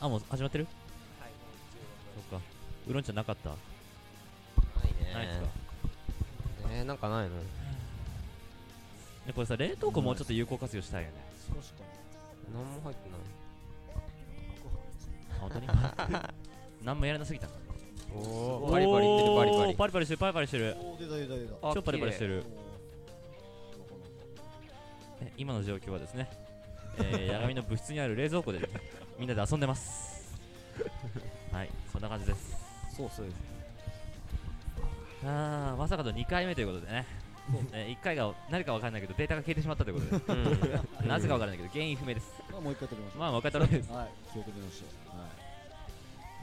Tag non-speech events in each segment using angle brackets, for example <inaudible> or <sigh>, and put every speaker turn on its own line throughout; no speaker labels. あ、もう始まってる
はい、もう
そっか。ウーロン茶なかった
15分。
ないですか
えー、なんかないの
でこれさ、冷凍庫もうちょっと有効活用したいよね。
確か
何も入ってない。
あ、本当
<laughs>
に何もやらなすぎたんだ
お
お
ー、バリバリいってる、バリバ
ー
リ。
パリパリしてる、パリパリしてる。
におー出た出た出た
あ
超パリパリして
綺麗
る。ね今の状況はですね、えー、ヤガミの部室にある冷蔵庫
<laughs>
でみんなで遊んでます。はい、そんな感じです。
そうそうです。
あー、まさかの2回目ということでね。えー、1回が何かわかんないけどデータが消えてしまったということ
うん。
で
<laughs>
なぜかわからないけど原因不明です
まあもう一回撮りましょう、
まあ分かったろうです
はい記憶出ましょうは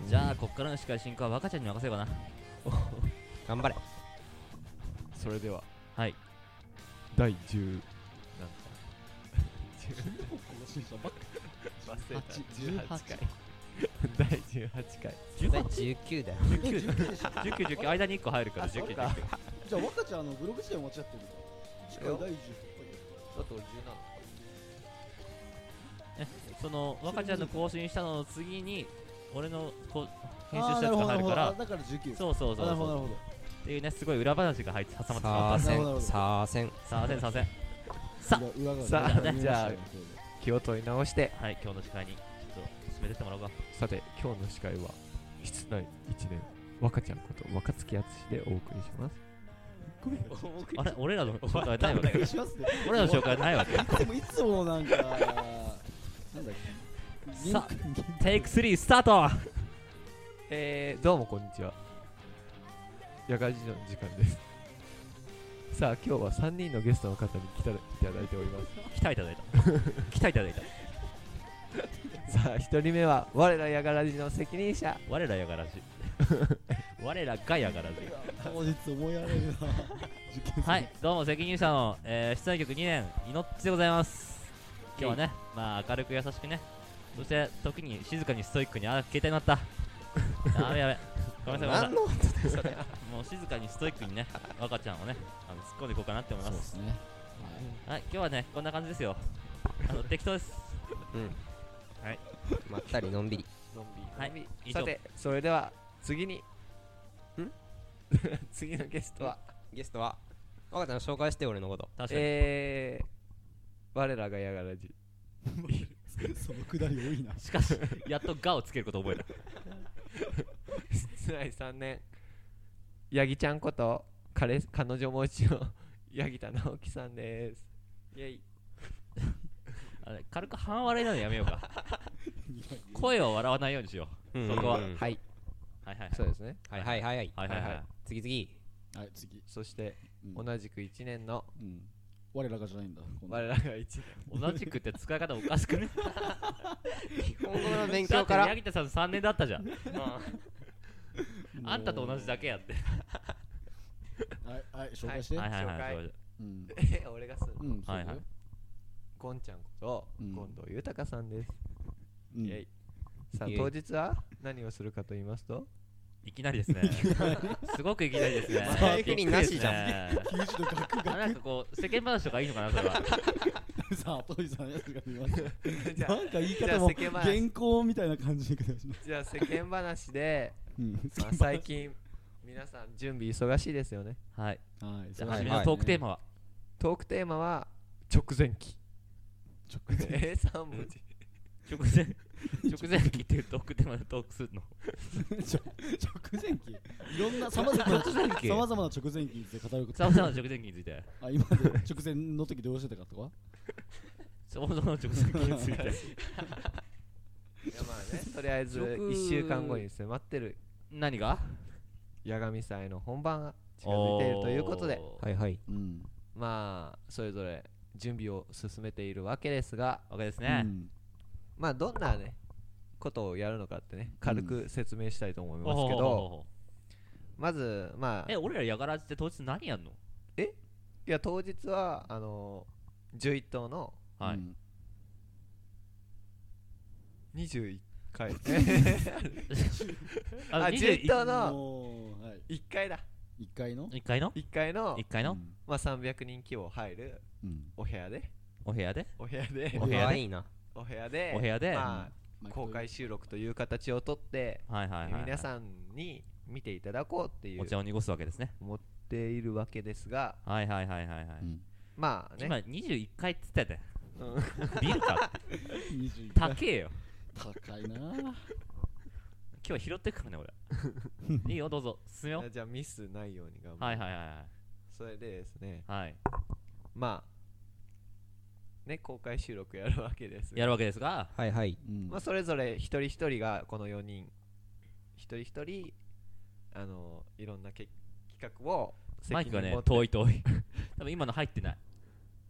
い
じゃあこっからの司会進行は若ちゃんに任せようかな
頑張れ。
それでは
はい
第10なんだ
18
18回 <laughs> 第18回
19
第19だよ。
19 19 19間に1個入るから19 19
じゃあ若ちゃんあのブログ自体間違ってる次回第10
あと17。
その若ちゃんの更新したのの次に俺のこう編集
あ
し
ー
た
な
やつが入るか
るほどなるほど
ら
あだから19
そうそう
あ
そう
なる
そう
ほどなるほ
っていうねすごい裏話が入って挟まってしまっ
さあ
た
せ
なるほ
ん、
ど
さあせん。
さあせんさあせんさ
ど裏裏が
さあ
裏が見えましたよ
じゃあ
というこ
気を取り直して
はい今日の司会にちょっと締めてってもらおうか
さて今日の司会は室内1年若ちゃんこと若月敦でお送りします
あれ俺らの紹介ないわ
とでお願い
け
しますね
俺らの紹介ないわけ
いつもいつものなんかなんだっけ
さ
リンク
テイク3スタート <laughs>
えー、どうもこんにちは夜会時の時間です <laughs> さあ今日は3人のゲストの方に来たいただいております
来たいただいた来たいただいた
<laughs> さあ1人目は我らヤガラジの責任者
我らやがらじ我らがやがらじ
当日思いやられるな受験生
はいどうも責任者の、えー、出題局2年いのっちでございます今日はねまあ明るく優しくねそして時に静かにストイックにあー携帯鳴ったやべやべごめんなさいごめんなさい
何の音ですか
もう静かにストイックにね若ちゃんをねあの突っ込んでいこうかなって思い
そう
ま
ですすね
はい今日はねこんな感じですよあの適当です
うん。
はい。
まったりのんびり。
はい以上
さてそれでは次にん <laughs> 次のゲストは
ゲストは、若ちゃん紹介して、俺のこと。
確かに、
えー、我らがヤガラジ
はい <laughs> そのくだり多いな
しかしやっと「が」をつけること覚えた
室内3年ヤギちゃんこと彼彼女も一 <laughs> 応ヤギ田直樹さんですイェイ
あれ軽く半笑いなのやめようか声を笑わないようにしよ
うん
そこは
うん
はい
うはいはい
そうですね
はいはいはいはい。
はいはいはい
次次。
はい次
そして
うん
同じく1年の
うん我らがじゃないんだ今度
我らが1年
同じくって使い方おかしくね
日本語の勉
だ
強
って
から。
八木田さん3年だったじゃんあんたと同じだけやって
はいはい紹介して
はいはい
紹
は
介
いそう
うん
<laughs> え俺がす
うんそう
は
だよ
いはい
ゴンちゃんこと
うん
近藤豊さんです、
うん
イェイさあ
イェイ
当日は何をするかと言いますと
いきなりですねすごくいきなりですね
前振りなしじゃん
ゃ
90度ガクガ
なんかこう世間話とかいいのかなそれは
クさあ後でさんのやつが見まし
<laughs>
た
じゃあ
なんか言い方も
じゃあ世間話
原稿みたいな感じでくだします
じゃあ世間話で
うん
<laughs> まあ最近皆さん準備忙しいですよね
はい
はい
じゃあ
は
初
い
めのトークテー
マ
マは
トークテーマは直前 <laughs> 期えー、3文字
直前直前期っていうトークテーマでトークするの
直前期いろんなさまざまなさまざまな直前期について語ること
さまざまな直前期について
あ今まで直前の時どうしてたかとか
さまざまな直前期について
いやまあねとりあえず
直
1週間後に迫ってる
何が
八神祭の本番が近づいているということで
おー
はいはい。
うん
まあそれぞれ準備を進めているわけですが
わけです
う
ね
ん
まあどんなねことをやるのかってね軽く説明したいと思い
お
ま
ほ
す
ほ
け
ほ
ど
ほ
まずまあ
え俺らやがらじって当日何やんの
いや当日はあの11頭の
は
う
い
ん
21回
<laughs> あの
あ11頭の
もうはい
1回だ
一回の
1階の
1回の
1階の
まあ300人規模入る
うん
お部屋で
お部屋で
お部屋で
お部屋で
かわいいな。
お部屋で
お部屋で
まあ
まあ
公開収録という形をとって、
はいはいはいはい
皆さんに見ていただこうってい
お
う
茶を濁すわけですね
思っているわけですが
はいはいはいはいはい、
うん
まあ
今
ね、
21回っつってたよ
うん
ビールか
21
高えよ
高いな
今日拾ってくからね俺いいよどうぞ進め
<laughs>
よ
じゃあミスないように頑張る、
はいはいはい
それでですね
はいはい
まあね公開収録やるわけですが
やるわけですが
はいはい
うん
まあ、それぞれ一人一人がこの4人一人一人あのいろんなけ企画を
マイクがね
持って
遠い遠い多分今の入ってない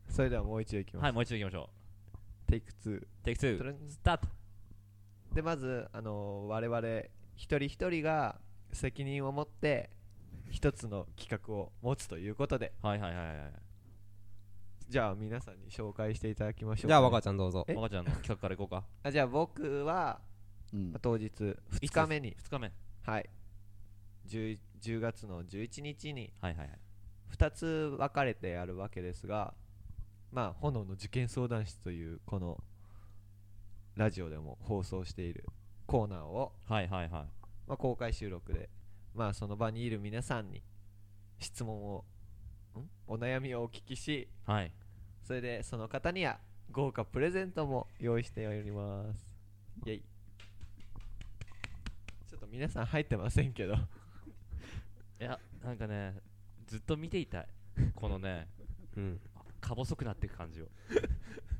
それではもう一度いきます、
はいもう一度いきましょ
テイク2
うテイク
ト
2
レン
スタート
でまずあの我々一人一人が責任を持って一つの企画を持つということで
はいはいはいはい
じゃあ皆さんに紹介していただきましょうか
じゃあ若ちゃんどうぞ
え
赤ちゃんの企画からいこうか
あじゃあ僕は
うん
当日2日目に
2日目
はい10 10月の11日に
はいはいはい
2つ分かれてやるわけですがまあ炎の受験相談室というこのラジオでも放送しているコーナーを、
はいはいはい
まあ、公開収録でまあその場にいる皆さんに質問をんお悩みをお聞きし
はい
それでその方には豪華プレゼントも用意しておりますイェイちょっと皆さん入ってませんけど
いやなんかねずっと見ていたいこのね
うん
か細くなっていく感じを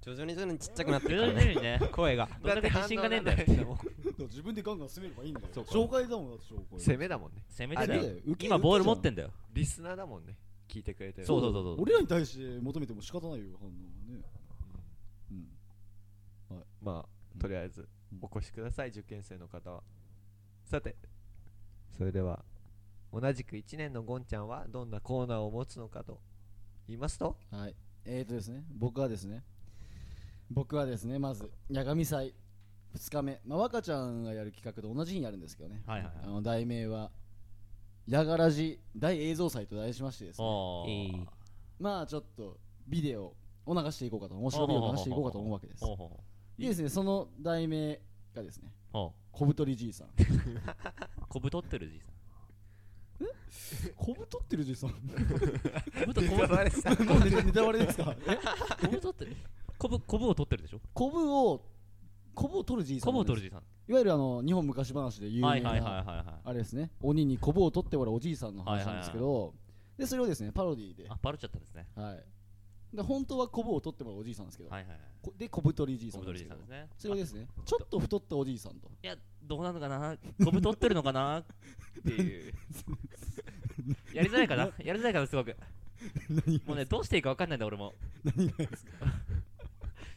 徐々に徐々にちっちゃくなって
徐
るか
々
ら
に
ね
出るね
声が
<laughs> どんだけ自信がねえんだよ
反応がないもん
でも自分でガンガン攻めればいいんだよ
そうか
紹介だもんだって紹介
攻めだもんね
攻めてだ
あ
よ
れだよ受け
今ボール持って
ん
んだよ
リスナーだもんね聞いてくれてる
そうそうそうそう
俺らに対して求めても仕方ないよ反応はねうん
ま
う
あ
ん
とりあえず
うん
お越しください受験生の方はさてそれでは同じく1年のゴンちゃんはどんなコーナーを持つのかと言いますと
はい。えーとですね、僕はですね、僕はですね、まず、八神祭2日目、まあ、若ちゃんがやる企画と同じ日にやるんですけどね、
はいはいはい
あの題名は、やがらじ大映像祭と題しましてですね、
おー
まあちょっとビデオを流していこうかと、面白いビデオを流していこうかと思うわけです
ほ。うほうほ
でですね、その題名がですね、
うほ
小太りじいさん。
うこぶとってるじいさん
小太ってるじいさん
<laughs> こぶとこぶ
れ
もうネタネタバレですかえ
こぶとってるこぶこぶを取ってるでしょ
コブを、コブを取るじいさ
こ
ん
ぶ
な
を
ん
取る
です。
じいさん
いわゆるあの日本昔話で有
は
名
いはいはい
な
はいはい
あれですね鬼にこぶを取っておらおじいさんの話なんですけど、でそれをですねパロディーで,、
あバレちゃったんですね
はい、で本当はこぶを取ってもらうおじいさんですけど、
はいはいはい
こで小太りじいさ
こ
ん
ぶ
なん
取
で
るじ
す
いさ
けど
んですね
それをですねちょっと太ったおじいさんと
いやどうなのかなこぶ取ってるのかな
っていう
やりづらいかなやりづらいかなすごくもうねどうしていいか分かんないんだ俺も何がですか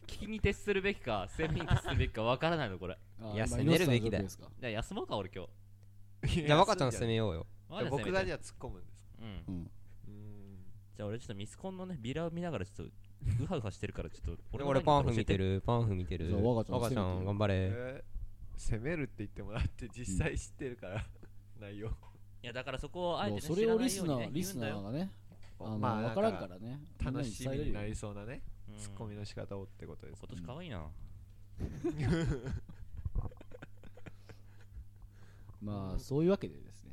聞きに徹するべきか攻めに徹するべきか分からないのこれ
あー
いや
まあ
攻めるべきだよ
イノシシの状況ですか
じゃあ休もうか俺今日
じ
じゃあ若ちゃん攻めようよ
僕がじ
ゃ
ゃあ突っ込むんです
うん
うん
うん
じゃあ俺ちょっとミスコンのねビラを見ながらちょっとウハウハしてるからち
<laughs>
ょっと
俺
の
パ
前
ンフ
に
見てるパンフ見てる
じゃあ若ちゃん
若ちゃ
攻めて
ん
よ
頑張れ
えー攻めるって言ってもらって実際知ってる <laughs> から内容
いやだからそこをあえて
も
ね
うそれをリ
知
ス
ら
ナ
ないようにね
ーリスナ
言う
ー
んだよ
がねあの、
まあ
分からんからね
楽しみになり
そ
そうなね
うん
ツッコミの仕方をってことです
今年可愛いな
うまあそういうわけでですね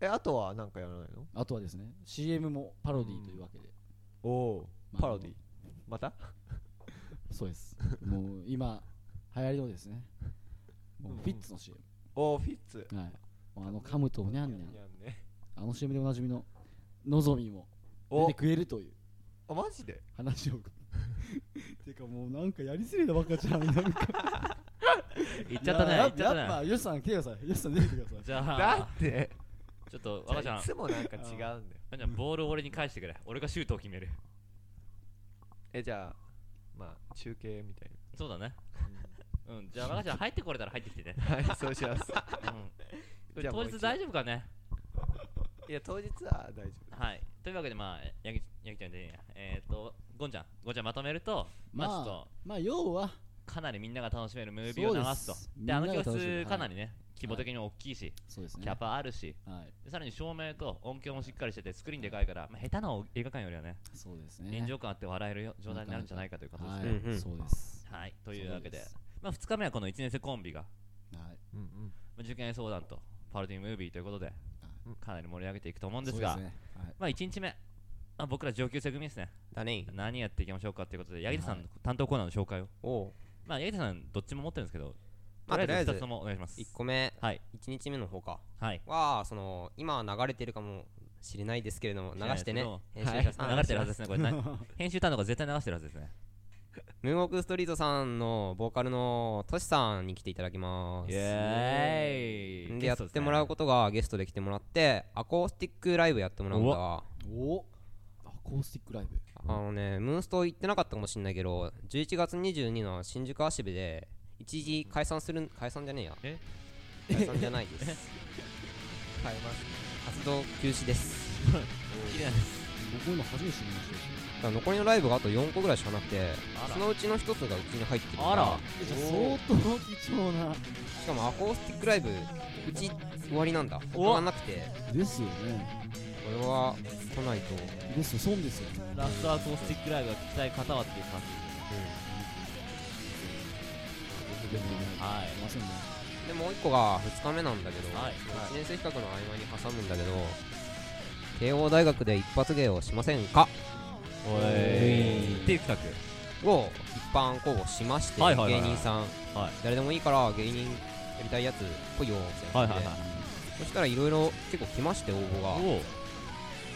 えあとはなんかやらないの
あとはですね CM もパロディーというわけで、
おお
まあ
パロディまた
そうです。もう今、流行りのですね。もうフィッツの CM。
おおフィッツ
はい。もうあの噛むとおにゃんにゃん
に。ゃんね
あの CM でおなじみののぞみも出てくれるという
あマジで
話を。
<laughs>
てかもうなんかやりすぎたばっかじゃん。なんか
言っちゃったね言
やや
っちゃっ
やったぱ、
ね
よしさん来てください。よしさん出てください。
じゃあ
だって
ちょっと若ちゃん
いつもなんか違うんだよ
若ちゃんボールを俺に返してくれ俺がシュートを決める
えじゃあまあ中継みたい
そう
<laughs>
だねうんじゃあ若ちゃん入ってこれたら入ってきてね <laughs>
なはいそうします
うん
じゃあも
当
う
日
一度
大丈夫かね
いや当日は大丈夫
はいというわけでまあえやぎやぎちゃんでいいやえーっとゴンちゃんゴンちゃんまとめるとまあちょっ
まあ、
と
まあ要は、
かなりみんなが楽しめるムービーを流すと
そうです
であの
みんな
教
が楽しめ
室
る
かなりね規模的にも大きいし
そうですね。
キャパあるし
はい。
でさらに照明と音響もしっかりしててスクリーンでかいから、まあ、下手な映画館よりはね
そうですね。
臨場感あって笑えるよ状態になるんじゃないかということです
は
ね。
い、
うんうん
そうです。
はい、というわけで
そうです
まあ、2日目はこの1年生コンビが、
はい
うんうん
まあ受験相談とパロディムービーということで
うん
かなり盛り上げていくと思うんです
そう
が
ねはい
まあ、1日目、まあ、僕ら上級生組ですね
だね
何やっていきましょうかということで八木田さんの
はい
担当コーナーの紹介を、
おう
まあ、八木田さんどっちも持ってるんですけど
まあ
とり
とり
あ
あ
え
え
ず
ず
2つともお願いします
1個目
はい
1日目の方か
はい
はその今は流れてるかもしれないですけれども流してね
流
編集者さん
してるはずですねこれな編集担当が絶対流してるはずです <laughs> ね
ムーンウォークストリートさんのボーカルのトシさんに来ていただきます
イエーイ
でやってもらうことがゲストで来てもらってアコースティックライブやってもらうん
う
だ
<laughs> おアコースティックライブ
あのねムーンスト行ってなかったかもしれないけど11月22の新宿アシベで一時解散する解散じゃねえや
え
解散じゃないです
<laughs>
変えます
活動休止です
きれいです
僕今初めて知りましたよ
だから残りのライブがあと4個ぐらいしかなくて
あら
そのうちの1つがうちに入ってる
あら
えじゃあ相当貴重な
しかもアコースティックライブうち終わりなんだ他がなくて
ですよね
これは来ないと、
ですよ損ですよ
ラストアコースティックライブが聞きたい方はっていう感じ
でもね
はい
ませんね
でもう1個が2日目なんだけど、
はい
1年生比較の合間に挟むんだけど慶応大学で一発芸をしませんか
お
い
っていう企
を一般公募しまして、
はいはいはい
芸人さん、
はい
誰でもいいから芸人やりたいやつ来いよって
画
や
は
っ
い
て、
はいはい
そしたらいろいろ結構来まして応募が
お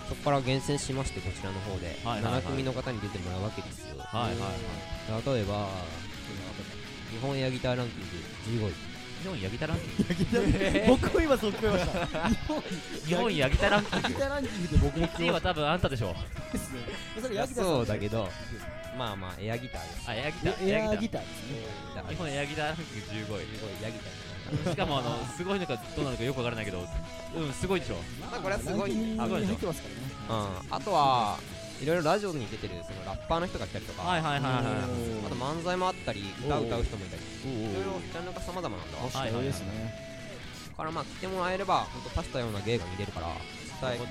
そこから厳選しましてこちらの方で、
はいはいはい
7組の方に出てもらうわけですよ、
はいはいはい
例えば日本エアギターランキング15位
日本ヤギタランキング
僕も今そう聞こえま <laughs> した
日本ヤギタランキン
ヤギタランキングで僕も
グ1位は多分あんたでしょう
聞ですねそれ
いや
ヤギタさん
そうだけ
<laughs>
どまあまあエアギターです
あエアギタ
えエアギ
タ
ターですね
だから
日
す
本ヤギタランキング15位
ごいエアギター
しかもあのすごいのかどうなのかよくわからないけどうんすごいでしょ
まあこれはすごいね
ランキン
あ
グに入ってますからね
うんあとはいろいろラジオに出てるそのラッパーの人が来たりとか、
はいはいはいはい
あと漫才もあったり歌歌う人もいたり
おー
いろいろジャンルが様々なんだ
確か
はいはいはい
にですね
だからまあ来てもらえれば本当多種多様な芸が見れるから絶対面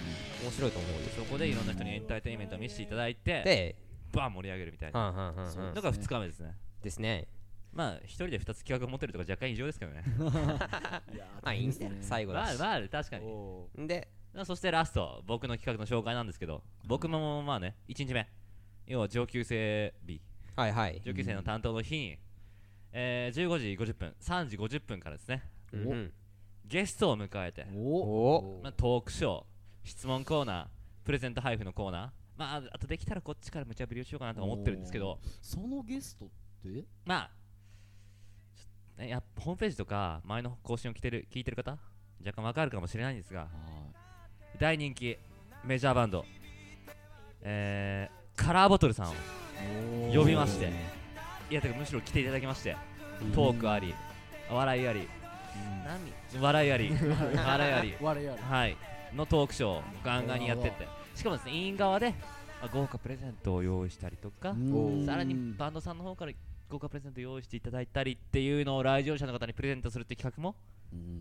白いと思うよ
そこでいろんな人にエンターテインメントを見せていただいて
で
バン盛り上げるみたい
うん
な
うんうん
そう
うん
のが2日目ですね
ですね
まあ一人で2つ企画を持てるとか若干異常ですけど <laughs> ね
いやー
まあいいんだよ最後
ま
だ
あ
し
まあ確かに
お
で
まあそしてラスト僕の企画の紹介なんですけど僕もまあね1日目要は上級生日
はいはい
上級生の担当の日に、えー15時50分3時50分からですね
うんうん
ゲストを迎えて、
お
お
お
まあ、トークショー質問コーナープレゼント配布のコーナーまああとできたらこっちから無茶ぶりをしようかなと思ってるんですけど
そのゲストって
まあちょっとねやっぱホームページとか前の更新を聞いてる聞いてる方若干わかるかもしれないんですが大人気メジャーバンドえー、カラーボトルさんを呼びましていやてかむしろ来ていただきましてトークあり笑いあり笑いあり笑いあり
我々
はいのトークショーをガンガンにやってってしかもですね委員側でまあ豪華プレゼントを用意したりとかさらにバンドさんの方から豪華プレゼント用意していただいたりっていうのを来場者の方にプレゼントするっていう企画も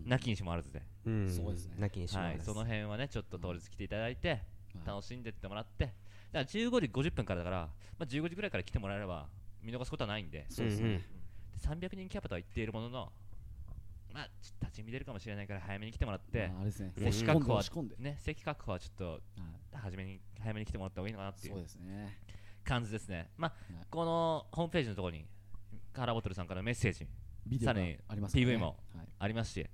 なきにしもあらずで、
うん
そうですね
なきにしもあ
は
ら
い、
ず
その辺はねちょっと当日来ていただいて楽
し
しんでってもらってだから15時50分からだから、まあ、15時ぐらいから来てもらえれば見逃すことはないんで
そうです
うんう
ね
ん
で300人キャパとは言っているもののまあちょっと立ち見出るかもしれないから早めに来てもらって、
まああれですね
うん
押し込んで
うん
押し込んで
ね席確保はちょっと
はい
初めに早めに来てもらった方がいいのかなってい
そう
う
ですね
感じですねまあ
はい
このホームページのところにカラーボトルさんからメッセージ
ビデオが
さらに
ありますから
PV も
はい
ありますし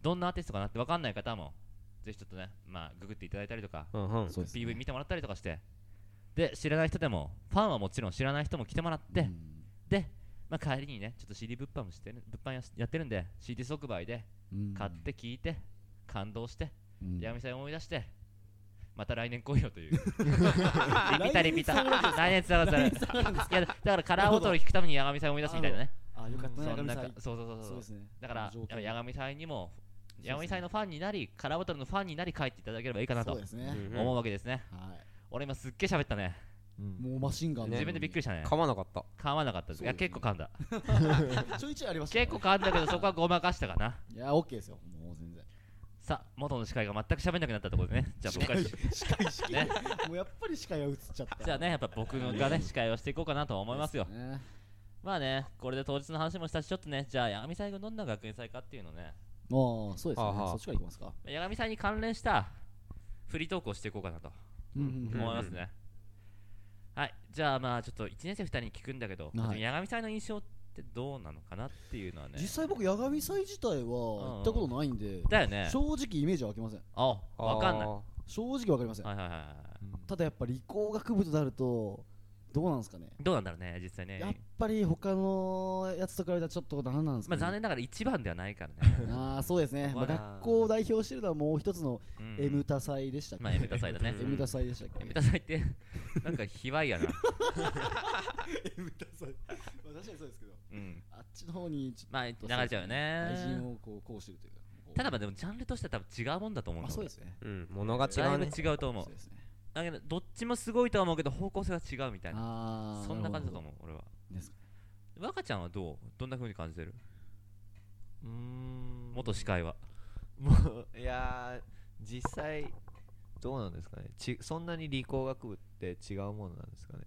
どんなアーティストかなって分かんない方もぜひちょっとねまあググっていただいたりとか
うんうん
そうですね
PV 見てもらったりとかしてで知らない人でもファンはもちろん知らない人も来てもらって、
うん
で、まあ、帰りにねちょっと CD 物販もしてる物販ややってるんで CD 即売で
うん
買って聞いて、感動して
うん
闇さん思い出してまた来年来いよと
<laughs>
いうリピタ
来
リ
年
ピタ来年つながるいやだからカラーボトル聞くために八神さん思い出すみたいなね
あよかったね
そ
中
ん
身
な
さ
か
ん
そうそうそう
そ
そうう
ですね
だから
状況
やっぱ八神さんにも
そうですね
八神さんのファンになりカラーボトルのファンになり帰っていただければいいかな
そう
と
ですね
うん
思うわけですね
は
俺今すっげえ喋ったね
いもうマシンガン
ね
自分でびっく
り
りしたね
噛まなかった
噛まなかったですいや
そうですね
結構噛んだ
<laughs> ちょいちょいありましたね
結構噛んだけどそこはごまかしたかない
やオッケーですよもう全然
さあ元の司会が全く喋んなくなったところでねじゃあ僕が
視界視界
ね
もうやっぱり視界が映っちゃった
じゃあねやっぱ僕がね司会をしていこうかなと思いますよ
ね
まあねこれで当日の話もしたしちょっとねじゃあ八神祭がどんな学園祭かっていうのをね
ああそうです
はあ
ね
はあ
そっちからいきますか
八神祭に関連したフリートークをしていこうかなと
うん
思いますね、はいじゃあまあちょっと1年生2人に聞くんだけど、
はい
八神祭の印象ってどうなのかなっていうのはね
実際僕八神祭自体は行ったことないんで
だよね
正直イメージは湧きません
あわかんない
あ
は
ー
正直わかりません
いはいはいは
ただやっぱ理工学部となるとどうなんですかね
いどうなんだろうね実際ね
やっぱり他のやつと比べたらちょっと何なんです
ま
か
あ残
ね
念ながら一番ではない <laughs> からね、
ああそうですねまあ
まあ
学校を代表してるのはもう一つの
うん
エムタ祭でしたっ
まあエム
け
タ祭だね
エムタ祭でしたっ
エ
け
ムタ祭ってなんか卑猥やな、
エムタ祭まあ確かにそうですけど
<laughs> うん、
あっちの方にちょ
まあ流れちゃうよ
っと愛
ね
人をこうこうしてるというかこう
ただまあでもジャンルとしては多分違うもんだと思うん
あ
だ
そうですね
うん物が違
俺だいうぶ
ね
違うと思う
そうですね
だけどどっちもすごいとは思うけど方向性が違うみたいな
ああ
そんな感じだと
う
思う俺は
ですか
若ちゃんはどうどんな風に感じてる
うーん
元司会は
もういやー実際どうなんですかねちそんなに理工学部って違うものなんですかね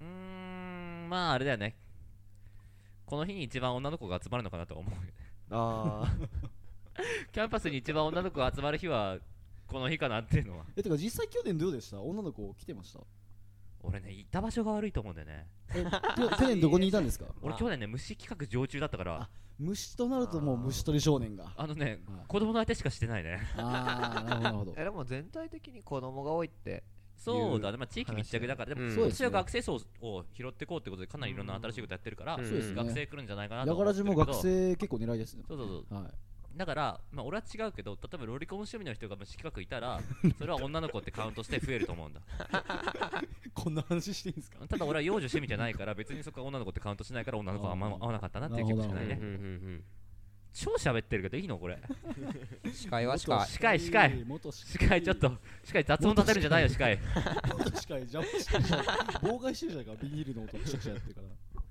うーんまああれだよねこの日に一番女の子が集まるのかなと思うよね
ああ
<laughs> キャンパスに一番女の子が集まる日はこの日かなっていうのは
えてか実際去年どうでした女の子来てました
俺ねいた場所が悪いと思うんだよね
<laughs> え去去年どこにいたんですか
俺
あ
去年ね虫企画常駐だったから
あ虫となるともう虫取り少年が
あのね
はい
子供の相手しかしてない
<laughs>
ね
ああなるほど <laughs> なるほど
<laughs> えでも全体的に子供が多いって
そうだねまあ地域密着だからでも
うん
今
そうです
年
ね
は学生層を拾ってこうってことでかなりいろんな新しいことやってるから
うん
そうですね
学生来るんじゃないかなと
ヤガ
思っ
ラ
て
ジ
る
も
けど
学生結構狙いですね
そうそうそう
はい
だから、まあ、俺は違うけど例えばロリコン趣味の人が虫企画いた
<laughs>
らそれは女の子ってカウントして増えると思うんだ
こんな話していいんですか
ただ俺は幼女趣味じゃないから別にそこは女の子ってカウントしないから女の子はあんま
あー
合わなかったなっていう気もし
うん
な
う
い
ん
ね
うん
超喋ってるけどいいのこれ
うん司会は司会
司会司会
元
司会ちょっと司会雑音立てるんじゃないよ司会
元司会邪魔してるじゃん妨害してるじゃないかビニールの音くしゃくしゃやってから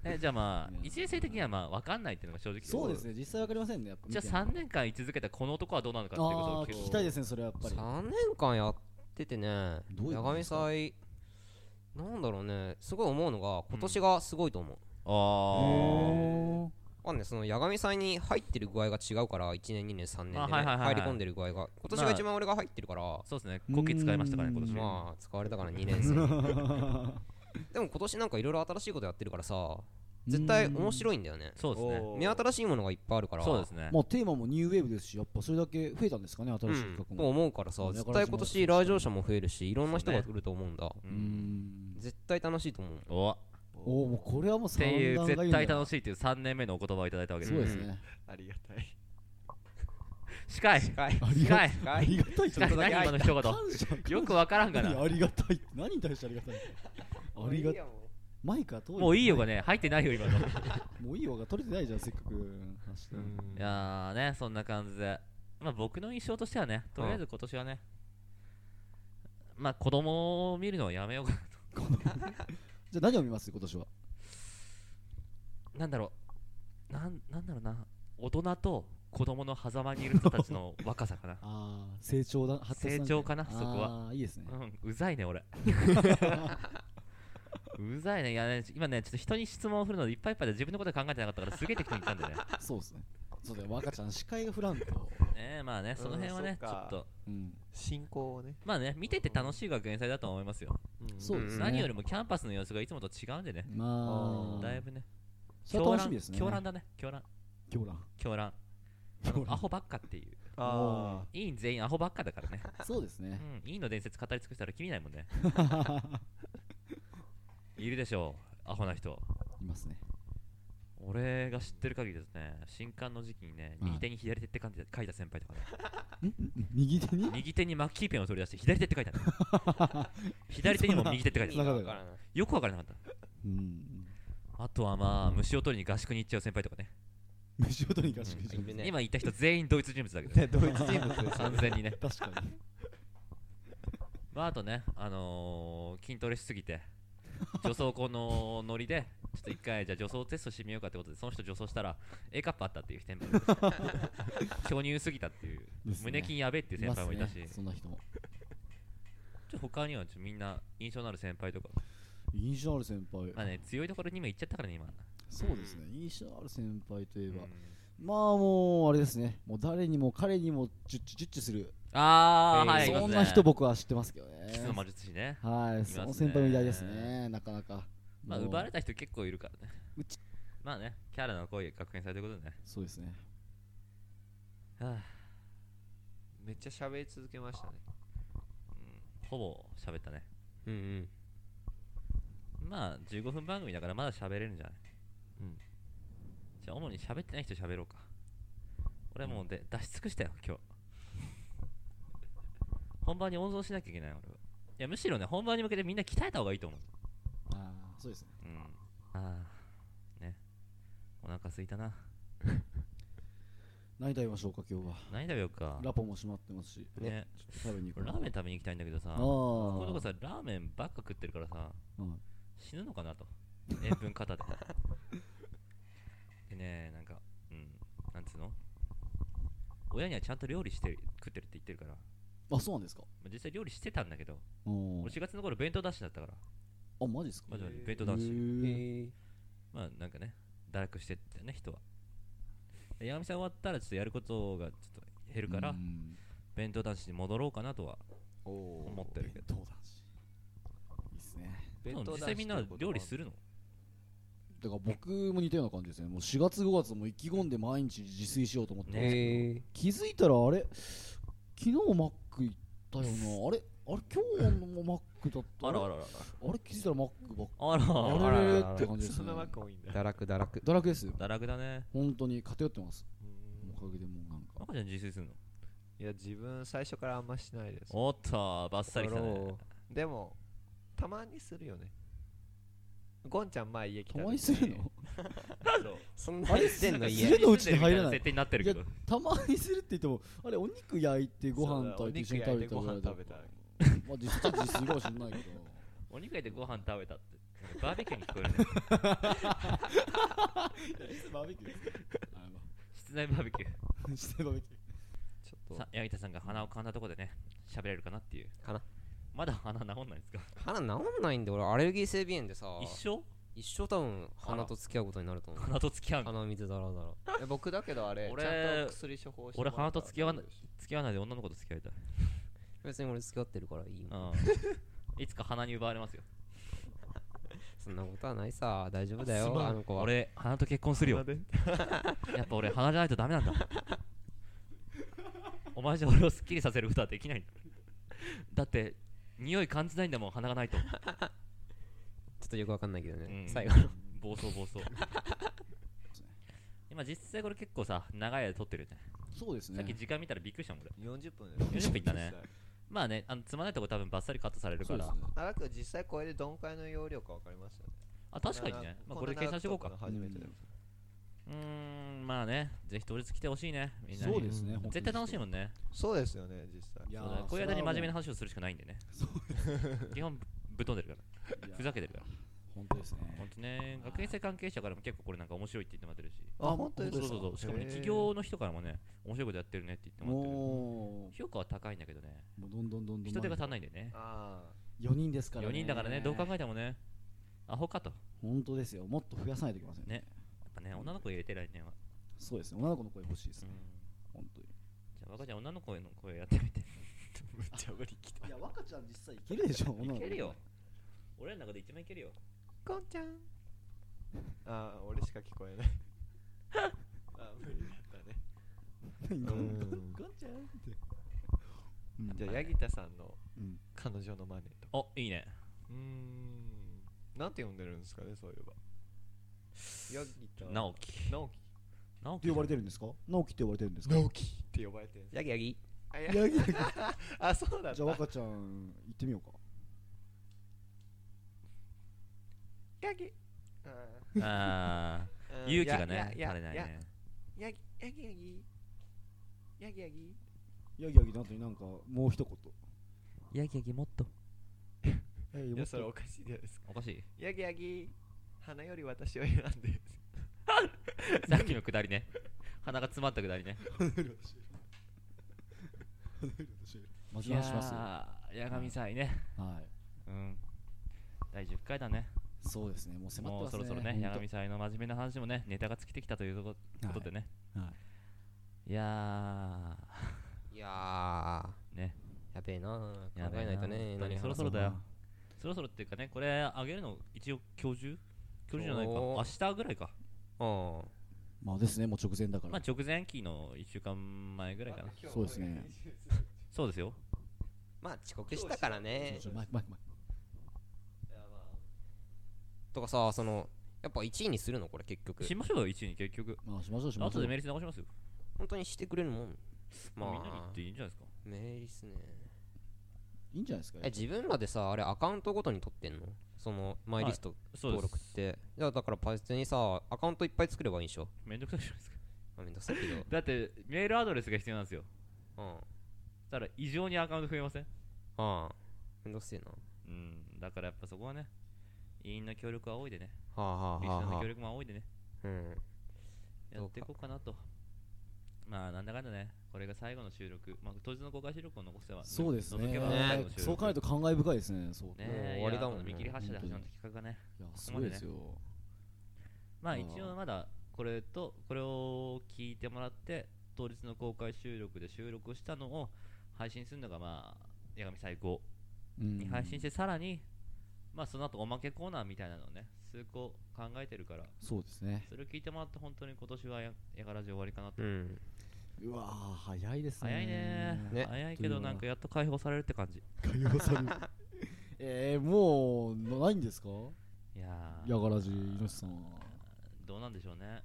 えじゃあまあ
ね
一年生的にはまあ分かんないっていうのが正直
そうですね実際わかりませんねやっぱ
じゃあ3年間居続けたこの男はどうなのかっていうこと
ああ
を
ー
聞
聞
こ
き
う
たいですねそれはやっぱり
3年間やっててね
どういう
八
こと
神
ですか
祭なんだろうねすごい思うのが今年がすごいと思う、
あ
あね、その八神祭に入ってる具合が違うから1年2年3年でね、
あはいはいはいはい
入り込んでる具合が今年が一番俺が入ってるから、
あそうですねコキ使いましたからね今年
まあ使われたから2年
<laughs>
生でも今年なんかいろいろ新しいことやってるからさ絶対面
い
白いんだよね
そうですね
目新しいものがいっぱいあるから
そうですね
まあテーマもニューウェーブですしやっぱそれだけ増えたんですかね
う
新し
ん
い企画
と
も
思うからさ
うん
絶対今年来場者も増えるしいろんな人が来ると思うんだ、
う
うんん
絶対楽しいと思う
おっ
おおもうこれはもう
ってい
三
う
段が
絶
いいんだ
対楽しいっていう3年目のお言葉をいただいたわけ
そう
で
ですすね
ありがたい
近い
近い
近い
ありがたい
近い何今の一言
感謝
よくわからんが
何
な
ありがたいって何に対してありがたいのありが
いいよもう
マイクは通る
もういいよがね入ってないよ今のい
もういいよが取れてないじゃんせっかく話して
やーねそんな感じでまあ僕の印象としてはねとりあえず今年はねまあ子供を見るのをやめようか
じゃあ何を見ます今年は
なんだろうなんなんだろうな大人と子供の狭間にいる人たちの若さかな
ああ成長だ発達なんじゃ
成
ない
長かなそこは
ああいい <laughs> ですね
うんうざいね俺うざいねいやね今ねちょっと人に質問を振るのでいっぱいいっぱいで自分のこと考えてなかったからすげえ適当に言ったんだよね
<laughs>
ね
そうですねそうだよ若ちゃん視界がフランと
えまあねその辺は
うん
ねち
そ
ょ
っ
っ
か
と
うん
進行をね、
まあね見てて楽しい学園祭だと思いますよ
そうですね
何よりもキャンパスの様子がいつもと違うんでね、
まあ
だいぶね、
それは楽しみですね
狂乱だね、狂乱、
狂乱
狂乱、あのアホばっかっていう、
あ
委員全員アホばっかだからね、
そうです
う
ね
ん、委員の伝説語り尽くしたら、きりないもん
<laughs>
ね、いるでしょう、アホな人、
いますね
俺が知ってる限りですね、新刊の時期にね、
はい
右手に左手って書いて書いた先輩とかね、
右手に
右手にマッキーペンを取り出して、左手って書いてある、
<laughs>
左手にも右手って書いて
意
あ
味
る、
がわからない
よくわからなかっ
うん
た、あとはまあ、虫を取りに合宿に行っちゃう先輩とかね、
虫音に合宿して
いるね
今言った人全員ドイツ人物だ
<laughs>
けど、
あドイツ人物です
完全にね。
確かに
まあ、あとね、あのー筋トレしすぎ
<laughs>
て、女装このノリで、ちょっと一回、じゃあ女装テストしてみようかってことで、その人女装したら、A カップあったっていう先輩もい
<laughs>
ました、巨乳すぎたっていう、
ですね
胸筋やべえっていう先輩もいたし、
ますねそんな人も
ちょっと他にはちょっとみんな印象のある先輩とか、
印象ある先輩
まあね、強いところにも行っちゃったからね、今。
そうですね、印象ある先輩といえば、
う
まあもう、あれですね、もう誰にも彼にもジュッチュジュッチュする、
あー、
えー
はい、います
そん
ね
な人、僕は知ってますけど
キスの
ね。
魔術師ね。
はい、
ますね
その先輩も偉大ですね、なかなか。
まあ、
もう
奪われた人結構いるからね
うち。
まあね、キャラの声確認されてることでね。
そうですね。
はあ
めっちゃ喋り続けましたね
ほぼ喋ったね。
んうん
まあ、15分番組だからまだ喋れるんじゃない
うん
じゃあ、主に喋ってない人喋ろうか。俺もうで出し尽くしたよ、今日。本番に温存しなきゃいけない、俺は。いや、むしろね、本番に向けてみんな鍛えた方がいいと思う。
ああ、そうですね。
うん。ああ、ね。お腹すいたな。
何食べましょうか、今日は。
何食べようか。
ラポも閉まってますし、
ね
ちょっと食べに行
俺
こ
ラ
う
ーメン食べに行きたいんだけどさ、
ああ
ここのとこさ、ラーメンばっか食ってるからさ、
うん
死ぬのかな <laughs> と。塩分過多で。でね、なんか、うん、なんつうの親にはちゃんと料理して食ってるって言ってるから、ま
あ、そうなんですか。
あ実際料理してたんだけど、
うん
俺4月の頃弁当出しだったから、
あ、マジですか。
まあ、
へー
弁当出し、
う
へえ
ん
まあなんかね、堕落してったよね、人は。で山見さん終わったらちょっとやることがちょっと減るから、
うん
弁当男子に戻ろうかなとは思
思
ってるけど
どうだしいいっすね
でも実際みんな料理するの
だから僕も似たような感じですねもう4月5月も意気込んで毎日自炊しようと思ってますけど、
え
気づいたらあれ昨日マック行ったよなあれあれ今日もマックだった
あらあらあ
あれ気づいたらマックばっか
らあら
あ
堕
られれって感じです
そ
ね
んなマック多いんだ
堕落堕落
堕落ですよ
落だね
本当に偏ってます
うん
おかげでもうなんか
赤ちゃん自炊するの
いや自分最初からあんましないです
おっとバッサリ来た
だか
ね
らでもたまにするよねゴンちゃん前家来た
た
時
まにする
<laughs>
の
そんなにしてんの
い
家
や家のうちに入らない
設定になってるけど
たまにするって言ってもあれお肉焼いてご飯
そ
炊
うだ
いて一緒に食べたぐらいだ
お肉
ま
焼いてご飯食べた
あ実際自炊かもしれないけど
お肉でご飯食べたってバーベキューに聞こえるね
<laughs> バーベキューですあの
<laughs> 室内バーベキュー
してバーベキ
ちょっと
さ柳田さんが鼻をかんだとこでね喋れるかなっていう
かな
まだ鼻治んないんですか
鼻治んないんで俺アレルギー性鼻炎でさ
一生
一生多分鼻と付き合うことになると思う
鼻と付き合うの
鼻水だらだら
え僕だけどあれ
俺
ちゃんと薬処方してもらったら
俺鼻と付き合わない付き合わないで女の子と付き合いたい
別に俺付き合ってるからいいよ
うんいつか鼻に奪われますよ
そんなことはないさ大丈夫だよ
すまん
あの子は
俺鼻と結婚するよ
鼻で
やっぱ俺鼻じゃないとダメなん <laughs> だお前じゃ俺をスッキリさせることはできないんだだって匂い感じないんだもん鼻がないと
ちょっとよくわかんないけどね
うん
最後の
暴走
<laughs>
暴走今実際これ結構さ長い間撮ってるよね
ューそうです
さ
ね
っき時間見たらびっくりしたもん俺
40分だよ
40分いったねまあねあのつまんないとこ多分バッサリカットされるか
そうで
ら、
すね
あらく実際これでどんくらいの容量か分かりましたね
あ確かにね、まあ、これで計算していこうか
初めてでも
うーんまあねぜひ当日来てほしいねみんなに
そうですね本当に
絶対楽しいもんね
そうですよね実際
いや
そうだよこういう間に真面目な話をするしかないんでね基本ぶっ飛んでるからふざけてるから
本当ですね
本当ね、学園祭関係者からも結構これなんか面白いって言ってもらってるし、
あ本当です
そう
か
そうそう、しかもね、
へー
企業の人からもね、面白いことやってるねって言って
もう
もらってる。評価は高いんだけどね、
もうどんどんどんどん
人手が足んないんでね、
あ
4人ですから
4
ね
人だからね、どう考えてもね、アホかと、や
本当ですよもっと増やさないといけません
ねっぱね、女の子入れて来年は。
そうですね女の子の声欲しいです
う
ね
ん
本当に
じゃあ、若ちゃん、女の子の声やってみて。
あめっちゃ無理きた
いや若ちゃん実際いけるでしょ女の
い
子
けるよ。俺らの中で一番いけるよ。
ゴンちゃんあー俺しか聞こえないあー無理だったね
う
うん
んガンちゃんってうん
じゃあ柳田さんの
うん
彼女のマネと
おいいね。
うーんなんて呼んでるんですかねそういえば柳田
直樹。
直樹
直
って呼ばれてるんですか直樹って呼ばれてるんですか
直樹って呼ばれてるんです
ヤギヤギ
あい
いや
や
いや
あそうだっ
じ
た
ゃあ若ちゃん行ってみようか
柳
あ
<laughs>
あ、勇気がね、足りないね。
柳柳柳柳柳
ヤギヤギの後になんかもう一
やぎやぎもっと。
言
いやそれ
は
おかしいじゃないですか
おかしい。
柳柳花より私を選んで
<laughs> さっきのくだりね。鼻が詰まったくだりね。
マジ話しますよ
やー、八神祭ね。
はい
うん。第10回だね。
そうですねもう迫って
も
ま
う
す
そ
ね
ろそろね、
ほんと
柳見さんの真面目な話もね、ネタが尽きてきたというこ
はい
とでね。、
はい
や
いや
ー、ね、
ーやべえなー
や
考
べ
え
えな
ないとね何話
そろ
そう
そろだよそろそろっていうかね、これ、あげるの、一応、今日中今日中じゃないか、
お
明日ぐらいか。
うん
まあですねもう直前だから、
まあ、直前期の1週間前ぐらいかな。
そうですね
そうですよ。
まあ遅刻したからね
ちょちょままま
とかさそのやっぱ1位にするのこれ結局
しましょうよ、1位に結局。
まあしましょうしましょ
後
う
でメールス流しますよ。
本当にしてくれるもんま
みんなに言
あ
っていいんじゃないですか。
メールっすね
いいんじゃないですか
え自分らでさあれアカウントごとに取ってんのそのマイリスト
そう
登
で
録っ
す。
ていやだからパイセンにさアカウントいっぱい作ればいいんでしょ
めんどくさいじゃないですか。
まあめんどくさい
<laughs>
けど
だって、メールアドレスが必要なんですよ。
うん
ただ、異常にアカウント増えません
ああめんどくせえな
うん、だからやっぱそこはね、委員の協力は多いでね、
はあは
リ
あ
スナー
はあ
の
は
協力も多いでね、
あうん
やっていこうかなと。まあ、なんだかんだね、これが最後の収録、まあ、当日の公開収録を残せば、
そうですね
除けば
ね
最後の収録
そう考えると感慨深いですねそう
ね
もう
え、
終わりだもんね
いや見切り発車で始まった企画がね、
いやすごいですよ
まあ
うん
一応まだこれとこれを聞いてもらって当日の公開収録で収録したのを配信するのがまあ八神最高
うん
に配信してさらにまあその後おまけコーナーみたいなのをね数個考えてるから
そうですね
それを聞いてもらって本当に今年はややがらじ終わりかなと
うん
うわー早いですね
早いね
ね
早いけどなんかやっと解放されるって感じ
解放される <laughs> えー、もうないんですか
いやー
やがらじ猪瀬さんは
どうなんでしょうね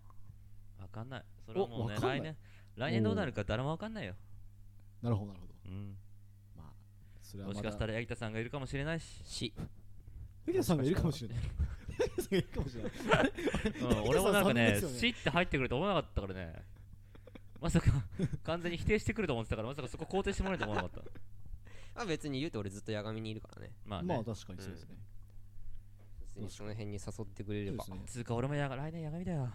わかんないそれはもうね
わか
来
んない
年来年どうなるか誰もわかんないよ
なるほどなるほど
うん
まあそれは
も
ま
し
だ
かしたら八木田さんがいるかもしれない
<laughs>
し
し
ゆきさんがいるかもしれないゆきさんがいるかもしれない
うん俺もなんか
で
ね
すよね、
シって入ってくると思わなかったからね、まさか完全に否定してくると思ってたから、まさかそこ肯定してもらえると思わなかった。
まあ別に言うと俺ずっと矢神にいるからね
まあ
<laughs> まあ
ね、
確かにそうですね、
別にその辺に誘ってくれれ
そうで
ば
すね
つうか俺もやが来年やがみだよ。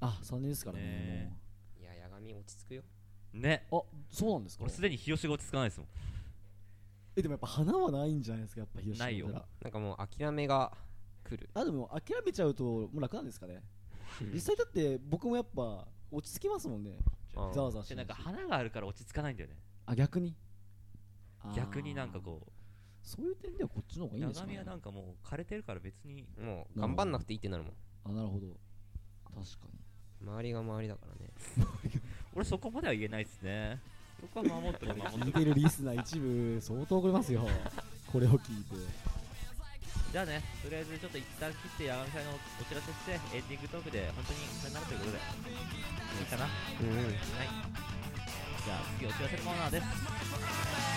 あ3年ですからね
ね
も
いや矢神落ち着くよ
ね、
うあそうなんですか
俺すでに日吉が落ち着かないですもん。
えでもやっぱ花はないんじゃないですかやっぱ広島
ないよ
だから
なんかもう諦めが来る
あでも諦めちゃうともう楽なんですかね実際だって僕もやっぱ落ち着きますもんね
あ
ざわざわし
で
てな
なん
いし
か花があるから落ち着かないんだよね。
あ逆にあー
逆になんかこ
そういう点ではこっちの方
う、
がいいん
や
です
が
か
み
ね
はなんかもう枯れてるから別に、
もう頑張んなくていいってなるもん
あなるほど確かに
周りが周りだからね
俺そこまでは言えないですね。そこは守っとく、守っ
聞い
とく。
てるリスナー一部相当怒りますよこれを聞いて
じゃあね、とりあえずちょっと一旦切ってやがみさんのお知らせして、エンディングトークで本当にさよならということで、いいかな。
うん
はい。じゃあ次お知らせコーナーです。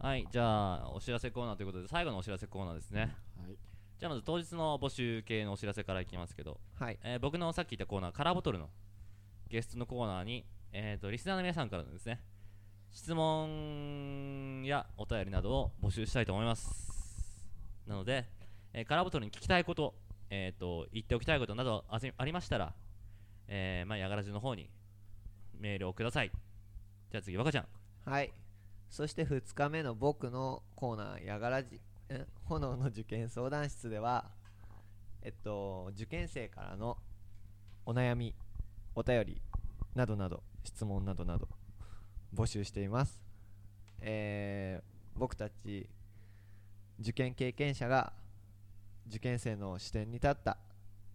はい、じゃあお知らせコーナーということで最後のお知らせコーナーですね
はい
じゃあまず当日の募集系のお知らせからいきますけど、
はい
えー僕のさっき言ったコーナーカラーボトルのゲストのコーナーに、えー、とリスナーの皆さんからのですね質問やお便りなどを募集したいと思いますなので、えーカラーボトルに聞きたいこと,、えー、と言っておきたいことなどあぜありましたら、えーまあ、やがらじの方にメールをくださいじゃあ次若ちゃん
はいそして2日目の僕のコーナー「やがらじん炎の受験相談室」ではえっと受験生からのお悩みお便りなどなど質問などなど募集していますえー僕たち受験経験者が受験生の視点に立った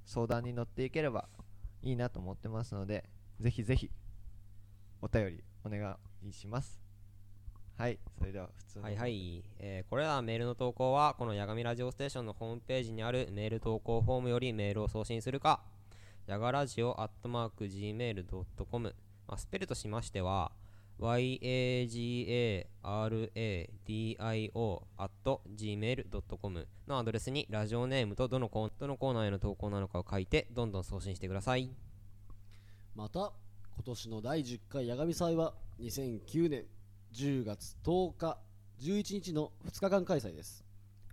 相談に乗っていければいいなと思ってますのでぜひぜひお便りお願いしますはいそれでは普通の
はいはい、えーこれらメールの投稿はこのやがみラジオステーションのホームページにあるメール投稿フォームよりメールを送信するかやがラジオアットマーク Gmail.com、まあ、スペルとしましては yagaradio アット gmail.com のアドレスにラジオネームとどのコーどのコーナーへの投稿なのかを書いてどんどん送信してください
また今年の第10回八神祭は2009年10月10日11日の2日間開催です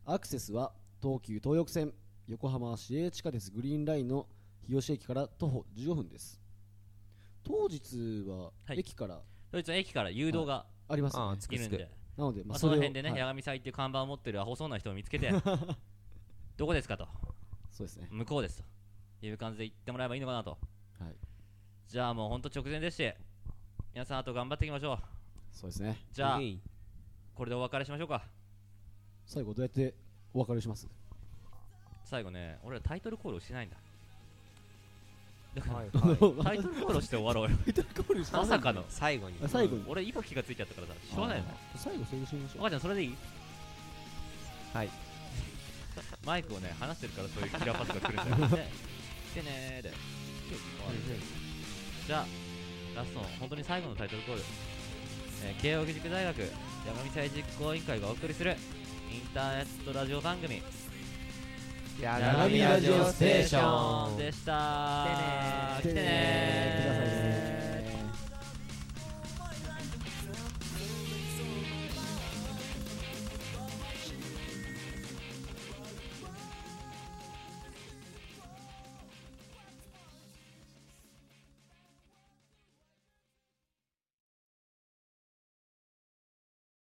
アクセスは東急東横線横浜市営地下鉄グリーンラインの日吉駅から徒歩15分です当日は
はい
駅から、
ドイツの駅から誘導が
あります
あ
よ
あ
ね
つ
い
く
る
つ
ん
く
で、
なので、
ま
ま
あ、
あ、
そ
そ
の
れを
辺でね、
はい
八神祭っていう看板を持ってるアホそうな人を見つ
<laughs>
けてどこですかと
そうですね
向こうですという感じで言ってもらえばいいのかなと、
はい
じゃあもうほんと直前ですし皆さんあと頑張っていきましょう
そうですね
じゃあ
イエイ
これでお別れしましょうか
最後どうやってお別れします
最後ね俺らタイトルコールをしてないんだだから、
はい
<laughs> タイトルコ
タイトルコールをして終わ
<laughs>
ろうよ
ールした
まさかの
最後に
あ最後に
俺今気がついちゃったからさしょうがないよね
あー最後それでしましょう
赤ちゃんそれでいい
はい
<laughs> マイクをね離してるからそういうキラーパスが来るんだよね来てねーでじゃあラストの本当に最後のタイトルコール、えー慶応義塾大学山見祭実行委員会がお送りするインターネットラジオ番組
や
がみラジオステーション
でした来てねー